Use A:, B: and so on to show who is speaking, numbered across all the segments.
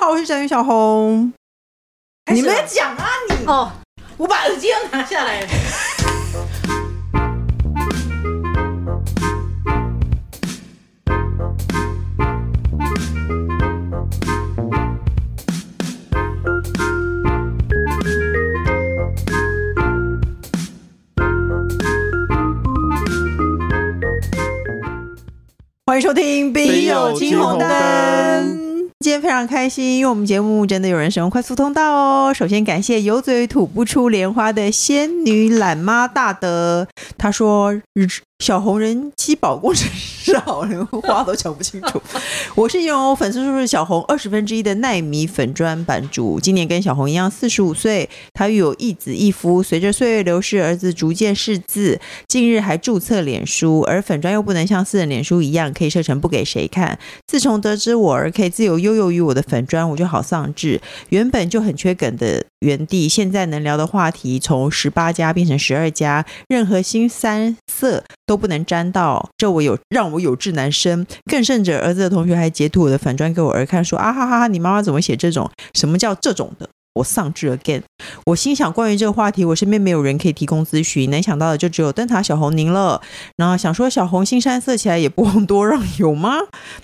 A: 好，我是宅女小红。
B: 开
A: 你
B: 始了
A: 们讲啊，你
B: 哦，我把耳机都拿下来了。
A: 欢迎收听《
C: 笔
A: 笔
C: 友
A: 友
C: 金
A: 金红
C: 红
A: 灯》
C: 灯。
A: 今天非常开心，因为我们节目真的有人使用快速通道哦。首先感谢油嘴吐不出莲花的仙女懒妈大德，她说日小红人妻宝工程师好，连话都讲不清 楚。我是拥有粉丝数是小红二十分之一的奈米粉砖版主，今年跟小红一样四十五岁，她育有一子一夫，随着岁月流逝，儿子逐渐识字，近日还注册脸书，而粉砖又不能像私人脸书一样可以设成不给谁看。自从得知我儿可以自由悠游于我的粉砖，我就好丧志。原本就很缺梗的原地，现在能聊的话题从十八加变成十二加，任何新三色都不能沾到，这我有让我有志难伸。更甚者，儿子的同学还截图我的粉砖给我儿看，说啊哈哈哈，你妈妈怎么写这种？什么叫这种的？我丧志 again。我心想，关于这个话题，我身边没有人可以提供咨询，能想到的就只有灯塔小红您了。然后想说，小红新山色起来也不遑多让，有吗？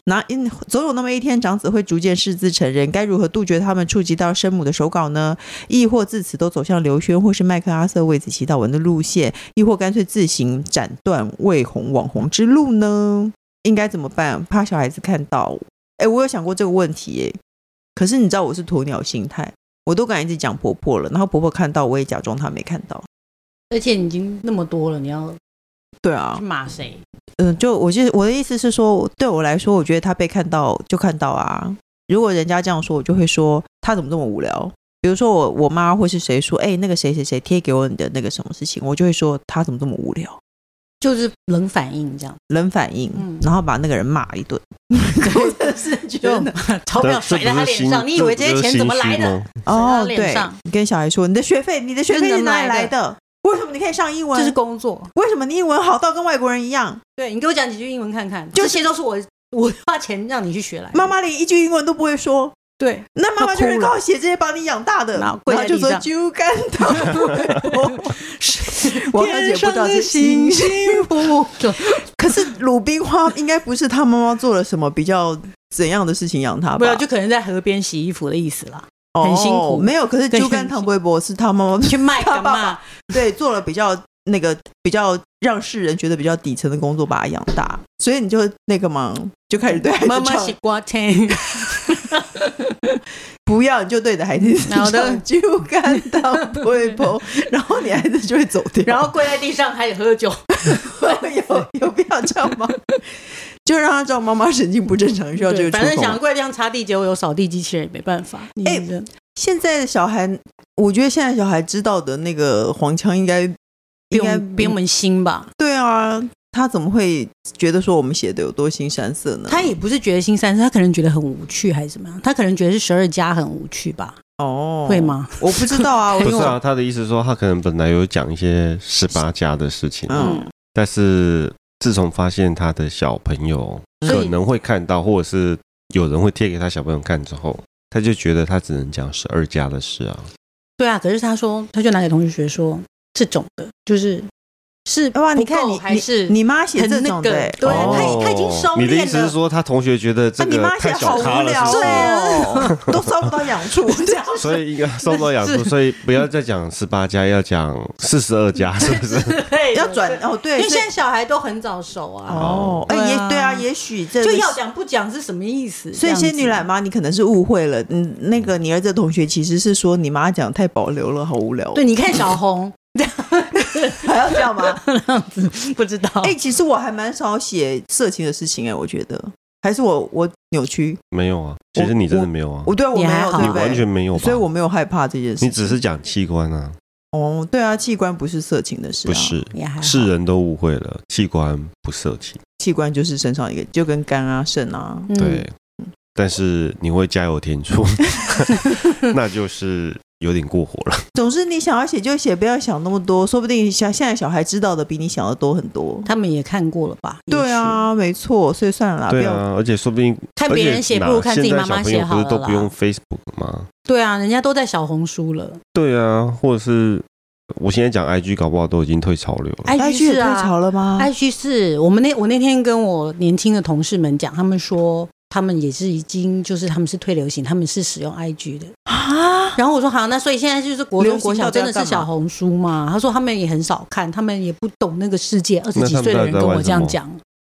A: 那嗯，总有那么一天，长子会逐渐识字成人，该如何杜绝他们触及到生母的手稿呢？亦或自此都走向刘轩或是麦克阿瑟为此祈祷文的路线，亦或干脆自行斩断魏红网红之路呢？应该怎么办？怕小孩子看到？哎，我有想过这个问题耶。可是你知道我是鸵鸟心态，我都敢一直讲婆婆了，然后婆婆看到，我也假装她没看到。
B: 而且你已经那么多了，你要
A: 对啊
B: 去，骂谁？
A: 嗯、就我就是我的意思是说，对我来说，我觉得她被看到就看到啊。如果人家这样说，我就会说她怎么这么无聊。比如说我我妈或是谁说，哎、那个谁谁谁贴给我你的那个什么事情，我就会说她怎么这么无聊，
B: 就是冷反应 这样，
A: 冷反应，
B: 嗯
A: 然后把那个人骂一顿。我真的 是觉得
B: 钞票哦甩在他脸上，你以为这些钱怎么来的？？甩
A: 哦，
B: 到脸
A: 对
B: 上，
A: 你跟小孩说你的学费，你的学费是哪里来的？为什么你可以上英文？
B: 这是工作。
A: 为什么你英文好到跟外国人一样？
B: 对你给我讲几句英文看看，
A: 就是
B: 这些都是我 我花钱让你去学来的。
A: 妈妈连一句英文都不会说，
B: 对，
A: 那妈妈就是
B: 哭了
A: 靠写这些把你养大的，
B: 然
A: 然
B: 后跪在
A: 后就
B: 地
A: 说
B: 上
A: 就感到
B: 王
A: 王
B: 小
A: 小姐不
B: 姐不知
A: 知
B: 道
A: 道
B: 这
A: 这星
B: 星星
A: 星
B: 不
A: 可是鲁冰花应该不是他妈妈做了什么比较怎样的事情养他吧？
B: 不要，就可能在河边洗衣服的意思啦，很辛苦
A: 哦没有，可是
B: 对
A: 猪肝唐伯伯是他妈妈
B: 去卖干
A: 爸
B: 嘛
A: 爸？对做了比较那个比较让世人觉得比较底层的工作把他养大，所以你就那个嘛，就开始对孩子
B: 妈妈
A: 唱
B: 洗瓜 天，
A: 不要，你就对着孩子
B: 好的
A: 唱猪肝唐伯伯，然后你孩子就会走掉。
B: 然后跪在地上还得喝酒，
A: 有有必要这样吗？ 就让他知道妈妈神经不正常，需要这个
B: 对
A: 出
B: 反正想
A: 口。
B: 跪在地上擦地，结果有扫地机器人也没办法。
A: 哎
B: 你真的
A: 现在的小孩，我觉得现在小孩知道的那个黄腔应该
B: 比
A: 应
B: 我
A: 该
B: 们比我们新吧？
A: 对啊，他怎么会觉得说我们写的有多新山色呢？
B: 他也不是觉得新三色，他可能觉得很无趣还是怎么样？他可能觉得是十二家很无趣吧？
A: 哦，
B: 会？吗？
A: 我不知道 啊，我
C: 不
A: 因
C: 是
A: 为
B: 嗯
C: 啊，
A: 我
C: 他的意思说他可能本来有讲一些十八加的事情，
A: 嗯，
C: 但是自从发现他的小朋友
B: 所
C: 可
B: 以
C: 能会看到，或者是有人会贴给他小朋友看之后，他就觉得他只能讲十二加的事啊。
B: 对啊，可是他说，他就拿给同学说，这种的就是是
A: 哇，你
B: 不够
A: 看你
B: 还 是
A: 你妈写这
B: 很那
A: 种
B: 个
A: 的欸，
B: 对
A: 哦
B: 他已他已经收敛了
C: 你的意思是说，他同学觉得这
A: 啊你
C: 个
A: 妈写
C: 太
A: 得
C: 小
A: 好
C: 咖
A: 无
C: 了，
A: 聊
C: 是不是？
A: 哦，都烧不到痒处，这样
C: 所以应该收到养
B: 是
C: 猪，所以不要再讲十八加，要讲四十二加，是 不是？
B: 对
A: 要转哦，对，
B: 因为
A: 所以
B: 现在小孩都很早熟啊，
A: 哦，哎，
B: 对
A: 也
B: 啊
A: 对啊，也许这
B: 就
A: 个
B: 要讲不讲是什么意思？
A: 所以
B: 这样
A: 仙
B: 子
A: 女懒妈，你可能是误会了。嗯，那个你儿子的同学其实是说你妈讲太保留了，好无聊。
B: 对，，你看小红
A: 还要这样吗？
B: 那样子，不知道
A: 哎、其实我还蛮少写色情的事情哎、我觉得还是我我扭曲，
C: 没有啊，其实你真的没有啊，
A: 我对啊我
B: 你
A: 没
B: 还
A: 有
B: 好
A: 对
C: 你
A: 不对？
C: 完全没有吧？
A: 所以我没有害怕这件事。
C: 你只是讲器官啊，
A: 哦，对啊，器官不是色情的事、啊，
C: 不是，
B: 也还好
C: 是人都误会了，器官不色情，
A: 器官就是身上一个，就跟肝啊、肾啊，
B: 嗯
C: 对。但是你会加油添醋，那就是有点过火了。
A: 总之，你想要写就写，不要想那么多，说不定像现在小孩知道的比你想的多很多。
B: 他们也看过了吧？也
A: 对
B: 许，
A: 啊，没错，所以算了啦，不
C: 对
A: 要。
C: 啊，而且说不定
B: 看别人写不如看自己妈妈写好
C: 而且哪现在小朋
B: 了
C: 友不是都不用
B: 啦。
C: Facebook 吗？
B: 对啊，人家都在小红书
A: 哦
B: 了
C: 对啊，或者是我现在讲 IG，搞不好都已经退潮流了。
A: IG
B: 是
A: 也退潮
B: 啊
A: 了吗？
B: ，IG 是我们那我那天跟我年轻的同事们讲，他们说他们也是已经就是他们是退流行，他们是使用 IG 的。
A: 啊，
B: 然后我说好，那所以现在就是国
A: 流
B: 中
A: 行
B: 国小
A: 到底
B: 真
A: 要
B: 的是
A: 干嘛
B: 小红书嘛？他说他们也很少看，他们也不懂那个世界。二十
C: 那
B: 几
C: 他们
B: 岁
C: 到
B: 的
C: 底
B: 人
C: 在
B: 跟
C: 玩
B: 我这样
C: 什么
B: 讲，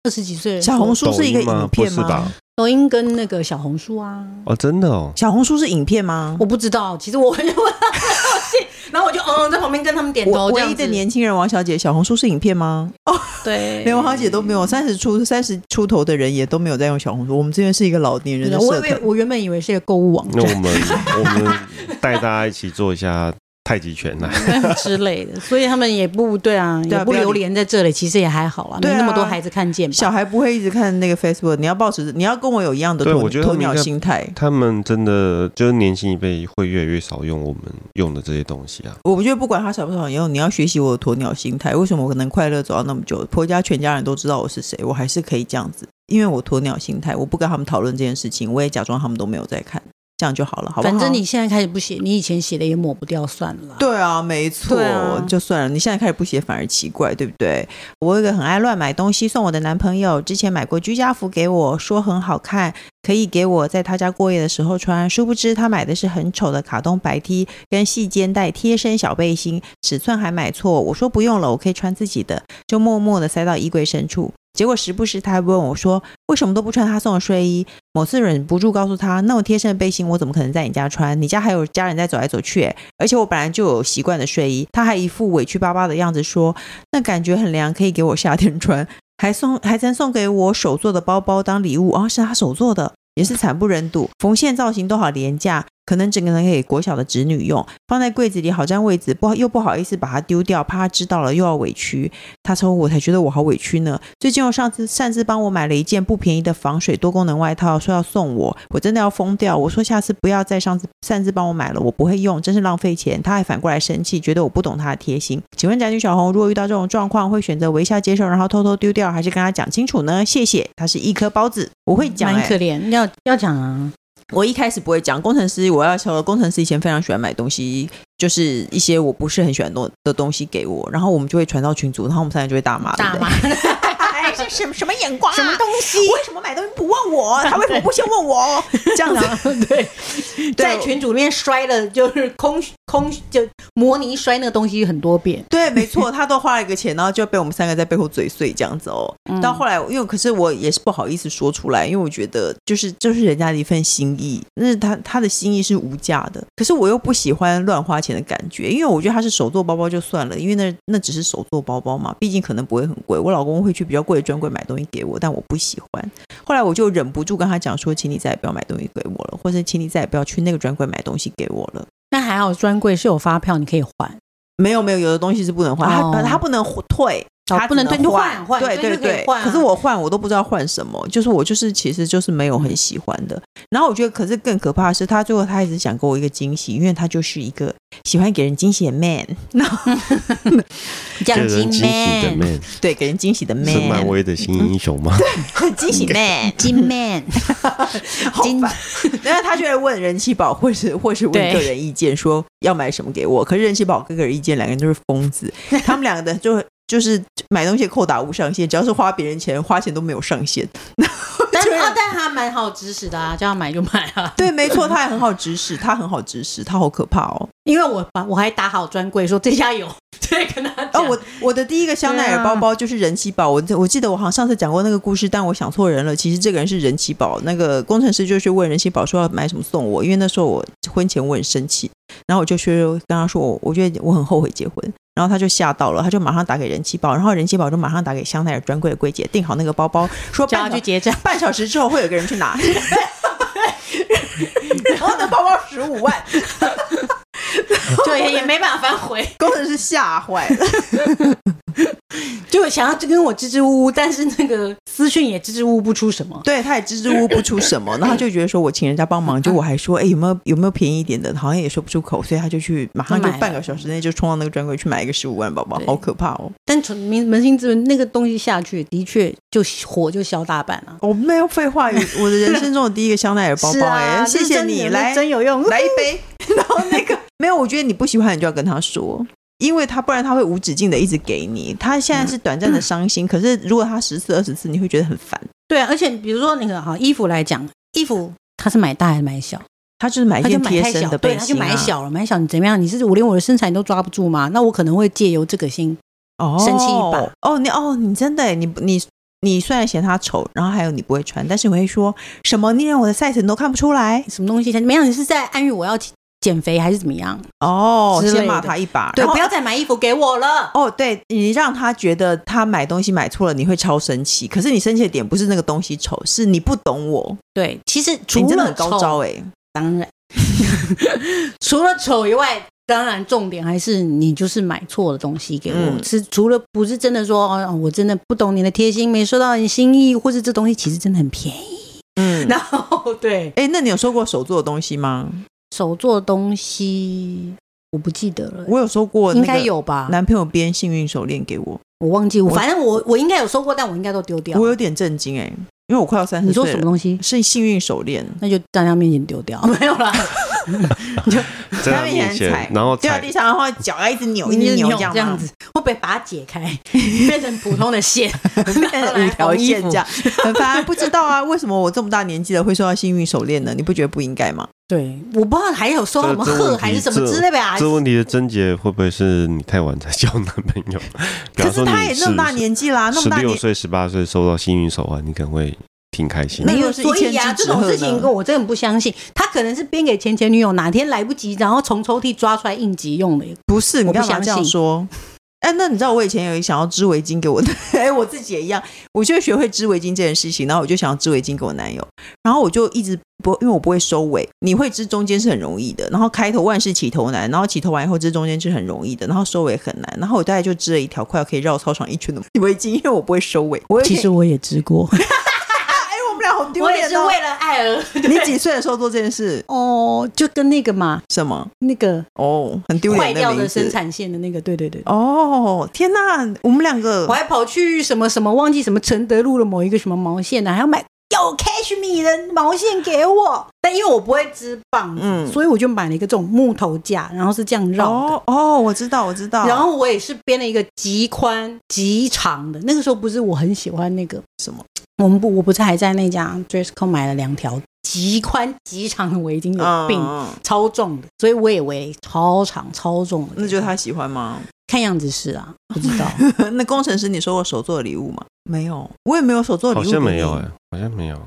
B: 二十几岁的人
A: 小
B: 说
A: 红书是一个
C: 抖音吗
A: 影片
C: 不是吧
A: 吗？
B: 抖音跟那个小红书啊，
C: 哦，真的哦，
A: 小红书是影片吗？
B: 我不知道，其实我我很 有兴然后我就嗯在旁边跟他们点头，
A: 我
B: 这
A: 唯
B: 样
A: 一的
B: 子
A: 连轻人王小姐，小红书是影片吗？哦
B: 对，
A: 连王小姐都没有，三十出三十出头的人也都没有在用小红书。我们这边是一个老年人的
B: 我
A: 社
B: 以为
A: 团，
B: 我原本以为是一个购物网
C: 那我们我们带大家一起做一下太极拳啊来。
B: 站 之类的，所以他们也不对啊，
A: 对啊
B: 也不
A: 不要理
B: 流连在这里，其实也还好啦，
A: 对
B: 没
A: 啊
B: 那么多孩子看见
A: 小
B: 吧。
A: 孩不会一直看那个 Facebook。你要保持，你要跟我有一样的
C: 对
A: 鸵
C: 我觉得他
A: 鸵
C: 们应
A: 鸟
C: 该
A: 心态。
C: 他们真的就是年轻一辈会越来越少用我们用的这些东西啊。
A: 我觉得不管他少不少用，你要学习我的鸵鸟心态。为什么我能快乐走到那么久？婆家全家人都知道我是谁，我还是可以这样子，因为我鸵鸟心态，我不跟他们讨论这件事情，我也假装他们都没有在看，这样就好了，好不好？
B: 反正你现在开始不写，你以前写的也抹不掉，算了啦。
A: 对啊，没错，
B: 对啊
A: 就算了。你现在开始不写反而奇怪，对不对？我有一个很爱乱买东西送我的男朋友，之前买过居家服给我，说很好看，可以给我在他家过夜的时候穿。殊不知他买的是很丑的卡通白 T 跟细肩带贴身小背心，尺寸还买错。我说不用了，我可以穿自己的，就默默的塞到衣柜深处。结果时不时他还问我说：“为什么都不穿他送的睡衣？”某次忍不住告诉他：“那种贴身的背心，我怎么可能在你家穿？你家还有家人在走来走去、欸，而且我本来就有习惯的睡衣，他还一副委屈巴巴的样子说：“那感觉很凉，可以给我夏天穿。”还送还曾送给我手做的包包当礼物，哦，是他手做的，也是惨不忍睹，缝线造型都好廉价，可能整个人给国小的侄女用，放在柜子里好占位置，不好又不好意思把它丢掉，怕他知道了又要委屈。他抽我才觉得我好委屈呢。最近又上次擅自帮我买了一件不便宜的防水多功能外套，说要送我，我真的要疯掉。我说下次不要再上次擅自帮我买了，我不会用，真是浪费钱。他还反过来生气，觉得我不懂他的贴心。请问宅女小红，如果遇到这种状况，会选择微笑接受，然后偷偷丢掉，还是跟他讲清楚呢？谢谢，他是一颗包子，我会讲、
B: 蛮
A: 欸
B: 可。怜，要要讲啊，
A: 我一开始不会讲，工程师我要说，工程师以前非常喜欢买东西，就是一些我不是很喜欢弄的东西给我，然后我们就会传到群组，然后我们三个就会大骂，对不
B: 大
A: 对
B: 妈，
A: 哎，这什么什么眼光、啊？
B: 什么东西？
A: 为什么买东西不问我？他为什么不先问我？这样子，
B: 对，在群组里面摔了，就是空空就模拟摔那个东西很多遍。
A: 对，没错，他都花了一个钱，然后就被我们三个在背后嘴碎这样子哦。到后来，因为可是我也是不好意思说出来，因为我觉得就是就是人家的一份心意，那是他他的心意是无价的。可是我又不喜欢乱花钱的感觉，因为我觉得他是手做包包就算了，因为那那只是手做包包嘛，毕竟可能不会很贵。我老公会去比较贵的专柜买东西给我，但我不喜欢。后来我就忍不住跟他讲说，请你再也不要买东西给我了，或者请你再也不要去那个专柜买东西给我了。
B: 那还好，专柜是有发票，你可以还。
A: 没有没有，有的东西是不能换，
B: 哦
A: 它它不能退，
B: 哦
A: 它
B: 不能
A: 只
B: 退你就换换
A: 对
B: 对
A: 对
B: 就可以
A: 对。
B: 换啊
A: 可是我换我都不知道换什么，就是我就是其实就是没有很喜欢的。然后我觉得，可是更可怕的是，他最后他一直想给我一个惊喜，因为他就是一个喜欢给人惊喜的 man，
B: 奖
C: 给人
B: 金
C: 惊喜的
B: man，
C: man
A: 对，给人惊喜的
C: 是漫
A: man，
C: 威的新英雄吗？
A: 惊喜 man，
B: 金 man，
A: 好
B: 金
A: 烦。然后哦他就会问人气宝，或是或是问
B: 对
A: 个人意见，说要买什么给我。可是人气宝跟个人意见两个人都是疯 子，他们两个的就就是买东西扣打无上限，只要是花别人钱，花钱都没有上限。
B: 但是啊，但他蛮好指使的啊，叫他买就买 啊。
A: 对，没错，他也很好指使，他很好指使，他好可怕哦。
B: 因为我把我还打好专柜，说这家有，对，跟他
A: 哦
B: 讲。，
A: 我我的第一个香奈儿包包就是人气宝，我我记得我好像上次讲过那个故事，但我想错人了。其实这个人是人气宝，那个工程师就去问人气宝说要买什么送我，因为那时候我婚前我很生气，然后我就去跟他说我我觉得我很后悔结婚，然后他就吓到了，他就马上打给人气宝，然后人气宝就马上打给香奈儿专柜的柜姐订好那个包包，说
B: 叫
A: 半
B: 他
A: 小
B: 去结账，
A: 半小时之后会有个人去拿，然后那包包十五万，
B: 对，也没办法反悔。
A: 工程师吓坏了。
B: 就就想要跟我支支吾吾，但是那个私讯也支支吾吾不出什么。
A: 对，他也支支吾吾不出什么，然后他就觉得说我请人家帮忙，就我还说，哎，有没有有没有便宜一点的？好像也说不出口，所以他就去马上就
B: 买了
A: 半个小时内就冲到那个专柜去买一个十五万包包，
B: 对
A: 好可怕哦！
B: 但从扪扪心自问，那个东西下去的确就火就消大半啊。
A: 我没有废话，我的人生中的第一个香奈儿包
B: 是
A: 包，哎、
B: 啊，
A: 谢谢你，来
B: 真有用。
A: 来一杯， 然后那个没有，我觉得你不喜欢，你就要跟他说。因为他不然他会无止境的一直给你，他现在是短
B: 嗯
A: 暂的伤心，可是如果他十次二十次，你会觉得很烦。
B: 对啊，而且比如说那个好衣服来讲，衣服它是买大还是买小？
A: 他就是买一
B: 他就
A: 件
B: 买
A: 贴
B: 太
A: 身
B: 小，
A: 的
B: 对，
A: 背
B: 他就
A: 心、啊，
B: 买小了，买小你怎么样？你是我连我的身材你都抓不住吗？那我可能会借由这个心，
A: 哦，
B: 生气一把。
A: 哦，你哦，你真的耶，你不你你虽然嫌他丑，然后还有你不会穿，但是你会说什么？你连我的 size 你都看不出来
B: 什么东西？没有，你是在暗喻我要减肥还是怎么样？
A: 哦，
B: 之类的
A: 先骂他一把，
B: 对，
A: 然后
B: 不要再买衣服给我了。
A: 哦，对你让他觉得他买东西买错了，你会超生气。可是你生气的点不是那个东西丑，是你不懂我，
B: 对，其实
A: 你
B: 除
A: 真的
B: 了
A: 很高
B: 丑
A: 招哎。
B: 当然，除了丑以外，当然重点还是你就是买错了东西给我。
A: 嗯
B: 是除了不是真的说哦，我真的不懂你的贴心，没收到你心意，或是这东西其实真的很便宜。
A: 嗯，
B: 然后对
A: 哎，那你有收过手做的东西吗？
B: 手做东西，我不记得了，
A: 我有收过，
B: 应该。有吧？
A: 男朋友编幸运手链给我，
B: 我忘记，我
A: 我
B: 反正我我应该有收过，但我应该都丢掉
A: 我。有点震惊哎、因为我快要三十
B: 你说
A: 岁
B: 什么
A: 了，
B: 东西？
A: 是幸运手链，
B: 那就在他面前丢掉， 没有啦。
C: 在他面前，然后
A: 掉在
C: 踩
A: 地上的话，脚要一直扭，一
B: 你
A: 直
B: 就
A: 扭
B: 扭
A: 这样
B: 这样
A: 吗
B: 子，会不会把它解开， 变成普通 的线，变
A: 五条线这样，很 烦。不知道啊，为什么我这么大年纪了会收到幸运手链呢？你不觉得不应该吗？
B: 对，我不知道还有收到什么
C: 这这问
B: 贺
C: 题
B: 还是什么之类的啊。
C: 这问题的症结会不会是你太晚才交男朋友？比
A: 可
C: 方
A: 是
C: 说你
A: 他也那么大年纪啦，那么
C: 十
A: 大
C: 六
A: 年
C: 岁、 十八岁收到幸运手环，你可能会挺开心的。
B: 没
A: 那如果是
B: 有，所
A: 一千
B: 以啊，
A: 只纸
B: 这种
A: 鹤
B: 事情
A: 呢
B: 我真的不相信。他可能是编给前前女友，哪天来不及，然后从抽屉抓出来应急用的。
A: 不是你
B: 我不
A: 干嘛
B: 相
A: 这样
B: 信
A: 说？哎，那你知道我以前有一想要织围巾给我的，哎，我自己也一样，我就学会织围巾这件事情，然后我就想要织围巾给我男友，然后我就一直不，因为我不会收尾，你会织中间是很容易的，然后开头万事起头难，然后起头完以后织中间是很容易的，然后收尾很难，然后我大概就织了一条快要可以绕操场一圈的围巾，因为我不会收尾，我有点
B: 我也织过，
A: 哎，我们俩好丢
B: 我也
A: 脸
B: 是
A: 哦！
B: 为了爱而。
A: 你几岁的时候做这件事？
B: 哦，就跟那个嘛，
A: 什么？
B: 那个
A: 哦，很丢
B: 坏
A: 脸
B: 掉
A: 名
B: 的
A: 字
B: 生产线的那个，对对对。
A: 哦，天哪！我们两个
B: 我还跑去什么什么，忘记什么承德路的某一个什么毛线呢、还要买有 cashmere 的毛线给我。但因为我不会织棒子，
A: 嗯
B: 所以我就买了一个这种木头架，然后是这样绕的。
A: 哦哦，我知道，我知道。
B: 然后我也是编了一个极宽极长的，那个时候不是我很喜欢那个
A: 什么？
B: 我们不我不是还在那家 Dressco 买了两条极宽极长的围巾，有病，
A: 嗯嗯
B: 超重的，所以我也围了超长超重的。
A: 那就是他喜欢吗？
B: 看样子是啊，不知道。
A: 那工程师，你收过手做的礼物吗？没有，我也没有手做礼
C: 好
A: 物，
C: 像没有哎、，好像没有，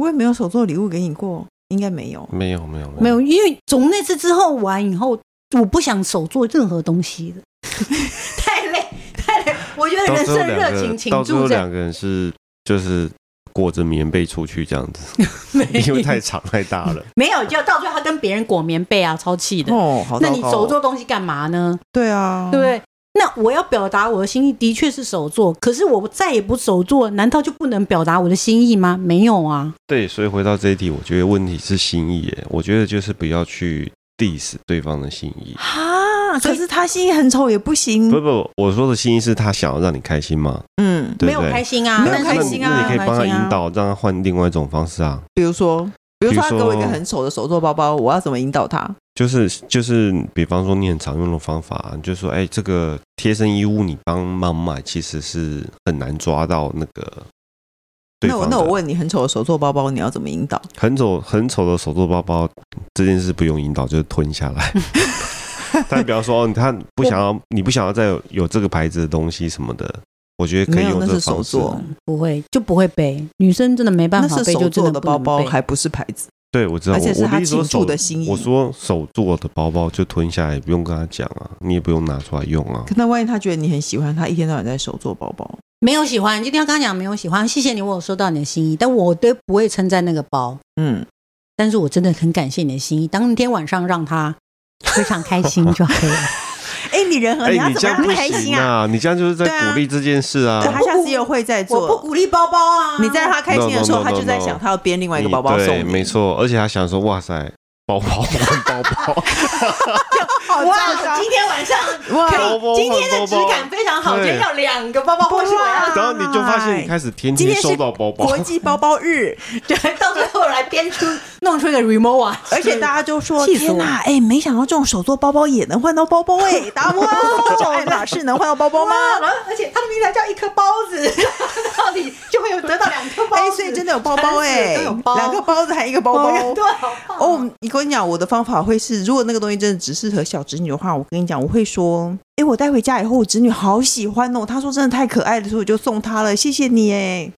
A: 我也没有手做礼物给你过，应该没有。
C: 没有，没有，
B: 没有，因为从那次之后玩以后，我不想手做任何东西了， 太累太累。我觉得
C: 到
B: 人
C: 最后
B: 生
C: 两
B: 热情
C: 个，
B: 请
C: 到最
B: 助
C: 后
B: 阵，
C: 两个人是就是裹着棉被出去这样子，
B: 没
C: 因为太长太大了。
B: 没有，就到最后他跟别人裹棉被啊，超气的。
A: 哦，好糟
B: 那
A: 糕哦
B: 你手做东西干嘛呢？
A: 对啊，
B: 对不对？那我要表达我的心意，的确是手做，可是我再也不手做，难道就不能表达我的心意吗？没有啊，
C: 对，所以回到这一题，我觉得问题是心意耶，我觉得就是不要去 diss 对方的心意。
A: 哈，
B: 所
A: 可
B: 以
A: 是他心意很丑也不行。
C: 不不，我说的心意是他想要让你开心嘛，
A: 嗯，
C: 对
B: 没
C: 不
B: 有开
C: 对？
B: 心啊，
A: 没有
B: 但是
C: 那
A: 开心啊
C: 那你可以帮他
B: 开心啊
C: 引导，让他换另外一种方式啊，
A: 比如说，比如
C: 比
A: 说
C: 如
A: 他给我一个
C: 说
A: 很丑的手做包包，我要怎么引导他？
C: 就是就是，比方说你很常用的方法，你就说，哎，这个贴身衣物你帮忙买，其实是很难抓到那个对
A: 那我
C: 方的。
A: 那我问你，很丑的手做包包，你要怎么引导？
C: 很丑很丑的手做包包这件事不用引导，就是吞下 来。但比方说，哦他不想要，你不想要再有有这个牌子的东西什么的，我觉得可
A: 没
C: 以
A: 有，
C: 用
A: 那
C: 这
A: 是
C: 个
A: 手
C: 方式。
A: 做，
B: 不会就不会背，女生真的没办
A: 那
B: 法
A: 是
B: 背，
A: 手
B: 就真
A: 做
B: 的
A: 的
B: 不
A: 包
B: 能
A: 包，
B: 背
A: 还不是牌子，
C: 对，我知道，
A: 而且
C: 我
A: 是
C: 我
A: 他
C: 的意思
A: 庆
C: 说
A: 祝
C: 手
A: 的，心意。
C: 我说手做的包包就吞下来，也不用跟他讲啊，你也不用拿出来用啊
A: 可。那万一他觉得你很喜欢，他一天到晚在手做包包，
B: 没有喜欢，一定要跟他讲没有喜欢，谢谢你，我有收到你的心意，但我都不会称赞那个包，
A: 嗯，
B: 但是我真的很感谢你的心意，当天晚上让他非常开心就可以了。
A: 哎，你人很，
C: 哎、
A: 要
C: 你
A: 怎
C: 这
A: 么
C: 样
A: 样
C: 不
A: 开心
C: 行
A: 啊？
C: 啊！你这样就是在
A: 对啊
C: 鼓励这件事啊。
A: 对他下次又会再
B: 我不
A: 做。
B: 鼓励包包啊，
A: 你在让他开心的时候，
C: No, no, no,
A: 他就在
C: no, no.
A: 想他要编另外一个
C: 你
A: 包包
C: 对，
A: 送你。
C: 没错，而且他想说，哇塞，包包换包 包，
A: 好糟糕
B: 哇，今天晚上
A: 哇
B: 可
C: 包包
B: 以，今天的
C: 换包
B: 质
C: 包
B: 感非常好，
C: 对
B: 今天要两个包包，或是我要
C: 然后你就发现你开始天天
A: 今天是
C: 收到包包
A: 国，际包包 日，
B: 对， 到最后来编出弄出一个 remova，啊
A: 而且大家就说：“
B: 气死
A: 天
B: 我
A: 哪，哎，没想到这种手做包包也能换到包包哎、 达摩这种爱马仕能换到包包吗？”
B: 哇然后而且它的名字还叫一颗包 子，到底就会有得到两颗包
A: 哎，
B: 子，
A: 所以真的有包包哎、
B: 真的有包
A: 两个包子还一个包包。
B: 对，好 棒
A: 哦，你跟我讲，我的方法会是，如果那个东西真的只适合小侄女的话，我跟你讲，我会说，哎，我带回家以后，我侄女好喜欢哦，她说真的太可爱了，所以我就送她了，谢谢你哎，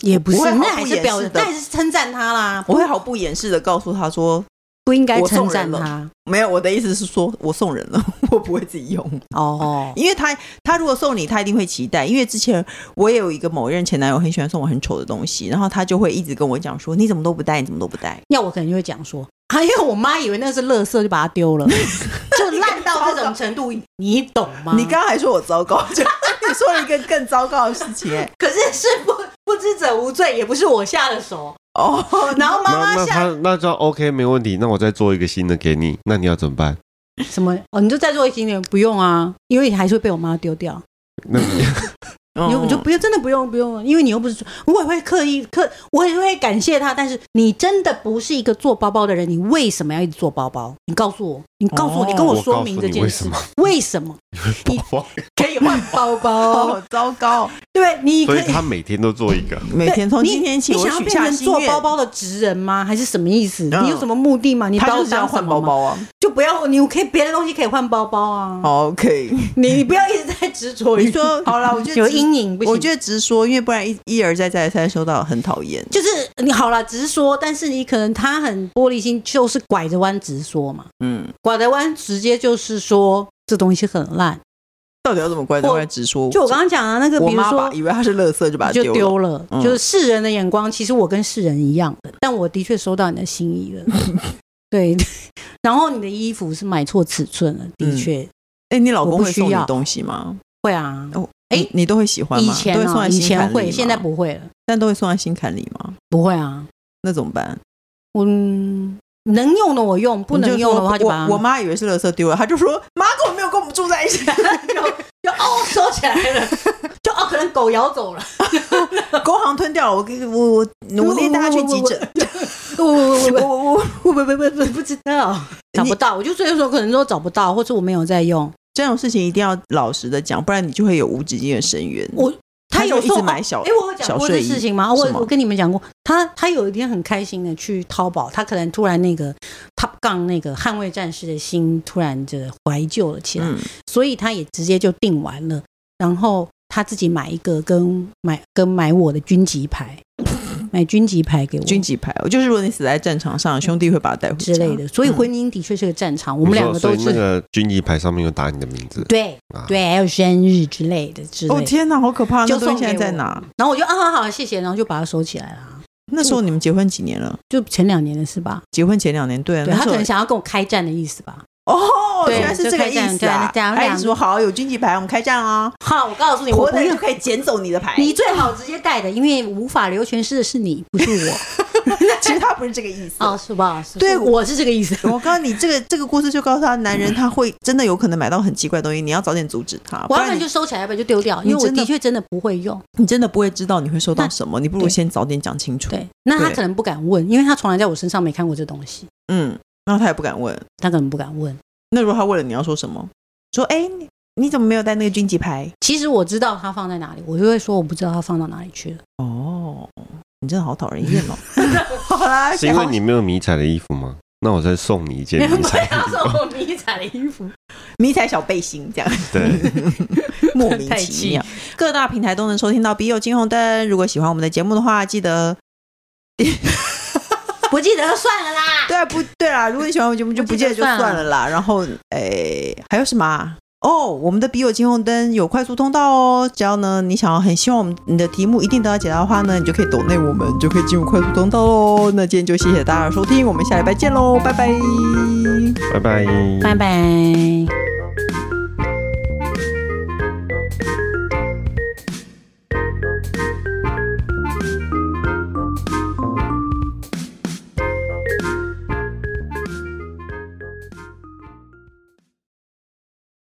B: 也不
A: 我会毫不
B: 那还是
A: 掩
B: 表
A: 饰，的
B: 那还是称赞他啦，
A: 我会毫不掩饰的告诉她说，
B: 不应该
A: 我送
B: 称
A: 人
B: 赞
A: 了
B: 他
A: 没有，我的意思是说我送人了， 我不会自己用。
B: 哦。
A: 因为他他如果送你，他一定会期待。因为之前我也有一个某任前男友很喜欢送我很丑的东西，然后他就会一直跟我讲说：“你怎么都不带，你怎么都不带。
B: 要我可能就会讲说，啊，因为我妈以为那是垃圾，就把它 丢了，就烂到这种程度，你懂吗？
A: 你刚刚还说我糟糕，就 你说了一个更糟糕的事情、欸
B: 可是是不不知者无罪，也不是我下的手，
A: 哦。
B: 然后妈
C: 那
B: 妈
C: 那
B: 下
C: 他那就 OK 没问题，那我再做一个新的给你，那你要怎么办？
B: 什么哦，你就再做一点，不用啊，因为你还是会被我妈丢掉，
C: 那你
A: 嗯哦
B: 你就你就不用，真的不用不用，因为你又不是，我也会刻意刻，我也会感谢她，但是你真的不是一个做包包的人，你为什么要一直做包包？你告诉我，你告诉我，
A: 哦
B: 你跟
C: 我
B: 说
C: 告
B: 明
C: 诉
B: 这
C: 你
B: 件
C: 为
B: 事
C: 什么，
B: 为什么你
C: 包包，
B: 可以换包包
A: 好？糟糕，
B: 对，你
C: 所
B: 可
C: 以
B: 以。
C: 他每天都做一个。
A: 每
B: 对
A: 天从今天起，
B: 你你
A: 我
B: 想要
A: 许
B: 变
A: 下
B: 成
A: 心
B: 做
A: 愿
B: 包，包的职人吗？还是什么意思？
A: 嗯
B: 你有什么目的吗？你把
A: 他
B: 我
A: 就是要
B: 当什
A: 换
B: 么
A: 包
B: 吗
A: 包啊。
B: 就不要，你可以别的东西可以换包包啊。
A: OK，
B: 你你不要一直在执着于。
A: 你说好了，我觉得
B: 有
A: 直
B: 阴影不行。
A: 我觉得直说，因为不然一一而再再而三收到很讨厌。
B: 就是你好了，直说，但是你可能他很玻璃心，就是拐着弯直说嘛，
A: 嗯，
B: 拐着弯直接就是说这东西很烂。
A: 到底要怎么乖乖
B: 我
A: 乖直说？
B: 就我刚刚讲啊的那个，
A: 我
B: 比如
A: 妈
B: 说
A: 吧，以为他是垃圾就把它
B: 就
A: 丢了。
B: 丢了，
A: 嗯
B: 就是世人的眼光，其实我跟世人一样的，但我的确收到你的心意 了，对。 然后你的衣服是买错尺寸了，的确、
A: 哎、你老
B: 我
A: 公
B: 不
A: 会
B: 需
A: 送你
B: 要
A: 东西吗？
B: 会啊。
A: 哦，
B: 哎
A: 你你都会喜欢吗？
B: 以前
A: 都会送
B: 啊，
A: 在
B: 以
A: 心坎
B: 前
A: 里
B: 会，
A: 吗
B: 现在，不会了，
A: 但都会送在心坎里吗？
B: 不会啊。
A: 那怎么办？
B: 我嗯能用的我用，不
A: 你
B: 能
A: 就
B: 用的
A: 说
B: 话就把它
A: 我我妈以为是垃圾丢了，她就说妈根本没有跟我们住在一起，
B: 就哦收起来了， 就哦可能狗咬走了，
A: 狗好像吞掉了。我跟我我我那天带她去急诊，
B: 我我我
A: 我我我
B: 我不不不不不知道，找不到，我就所以说可能说找不到，或者我没有在用。
A: 这种事情一定要老实的讲，不然你就会有无止境的深渊。
B: 我
A: 她
B: 有
A: 就一
B: 时候
A: 直买小
B: 哎，我有讲
A: 小
B: 过
A: 睡
B: 这
A: 衣
B: 事情吗？我
A: 是吗
B: 我跟你们讲过，他他有一天很开心的去淘宝，他可能突然那个 Top Gun 那个捍卫战士的心突然就怀旧了起来，
A: 嗯
B: 所以他也直接就订完了，然后他自己买一个跟买跟买我的军籍牌，买军籍牌给我
A: 军籍牌，就是如果你死在战场上，兄弟会把它带回
B: 之类的，所以婚姻的确是个战场，我们
C: 你说
B: 两个都
C: 所以那
B: 是。
C: 个军医牌上面有打你的名字，
B: 对
C: 啊
B: 对，还有生日之类的之类
A: 哦
B: 的，
A: 天哪，好可怕！那
B: 就
A: 东
B: 送
A: 西现在
B: 给
A: 在
B: 我
A: 哪？
B: 然后我就啊好好谢谢，然后就把它收起来了。
A: 那时候你们结婚几年了？
B: 就前两年的事吧，
A: 结婚前两年，对啊，
B: 对
A: 那
B: 他
A: 时
B: 可
A: 候
B: 能想要跟我开战的意思吧。
A: 哦，
B: 对
A: 原来是这个意
B: 就开
A: 思啊
B: 战！对啊
A: 哎，
B: 两
A: 你说好有军旗牌，我们开战啊！
B: 好，我告诉你，我
A: 活
B: 不
A: 的人就
B: 用，
A: 可以捡走你的牌。
B: 你最好直接带的，因为无法留全尸的是你，不是 我。
A: 其实他不是这个意思。
B: 哦，是吧？是
A: 对
B: 是我是这个意思。
A: 我告诉你，这个这个故事就告诉他，男人他会真的有可能买到很奇怪的东西，你要早点阻止他，不
B: 我要不
A: 然
B: 然
A: 你
B: 就收起来，要不然就丢掉，
A: 你
B: 因为我
A: 真的
B: 的确真的不会用。
A: 你真的不会知道你会收到什么，你不如
B: 对
A: 先早点讲清楚。，
B: 对，那他
A: 对
B: 可能不敢问，因为他从来在我身上没看过这东西，
A: 嗯，然后他也不敢问。
B: 他可能不敢问。
A: 那如果他问了，你要说什么？说哎，你你怎么没有带那个军旗牌？
B: 其实我知道他放在哪里，我就会说我不知道他放到哪里去了。
A: 哦，你真的好讨人厌哦。好啦，
C: 是因为你没有迷彩的衣服吗？那我再送你一件迷彩的衣服。
B: 我迷彩的衣服，
A: 迷彩小背心这样。
C: 对，
A: 莫名其妙。各大平台都能收听到《笔友金红灯》。如果喜欢我们的节目的话，记得
B: 不记得算了啦。
A: 对啊不对啦？如果你喜欢我们节目，就不记得就算了啦。然后，诶、还有什么、啊？哦，我们的笔友金红灯有快速通道哦。只要呢，你想要很希望我们你的题目一定得到解答的话呢，你就可以抖内我们，就可以进入快速通道喽。那今天就谢谢大家的收听，我们下礼拜见喽，拜拜。
C: 拜拜。
B: 拜拜。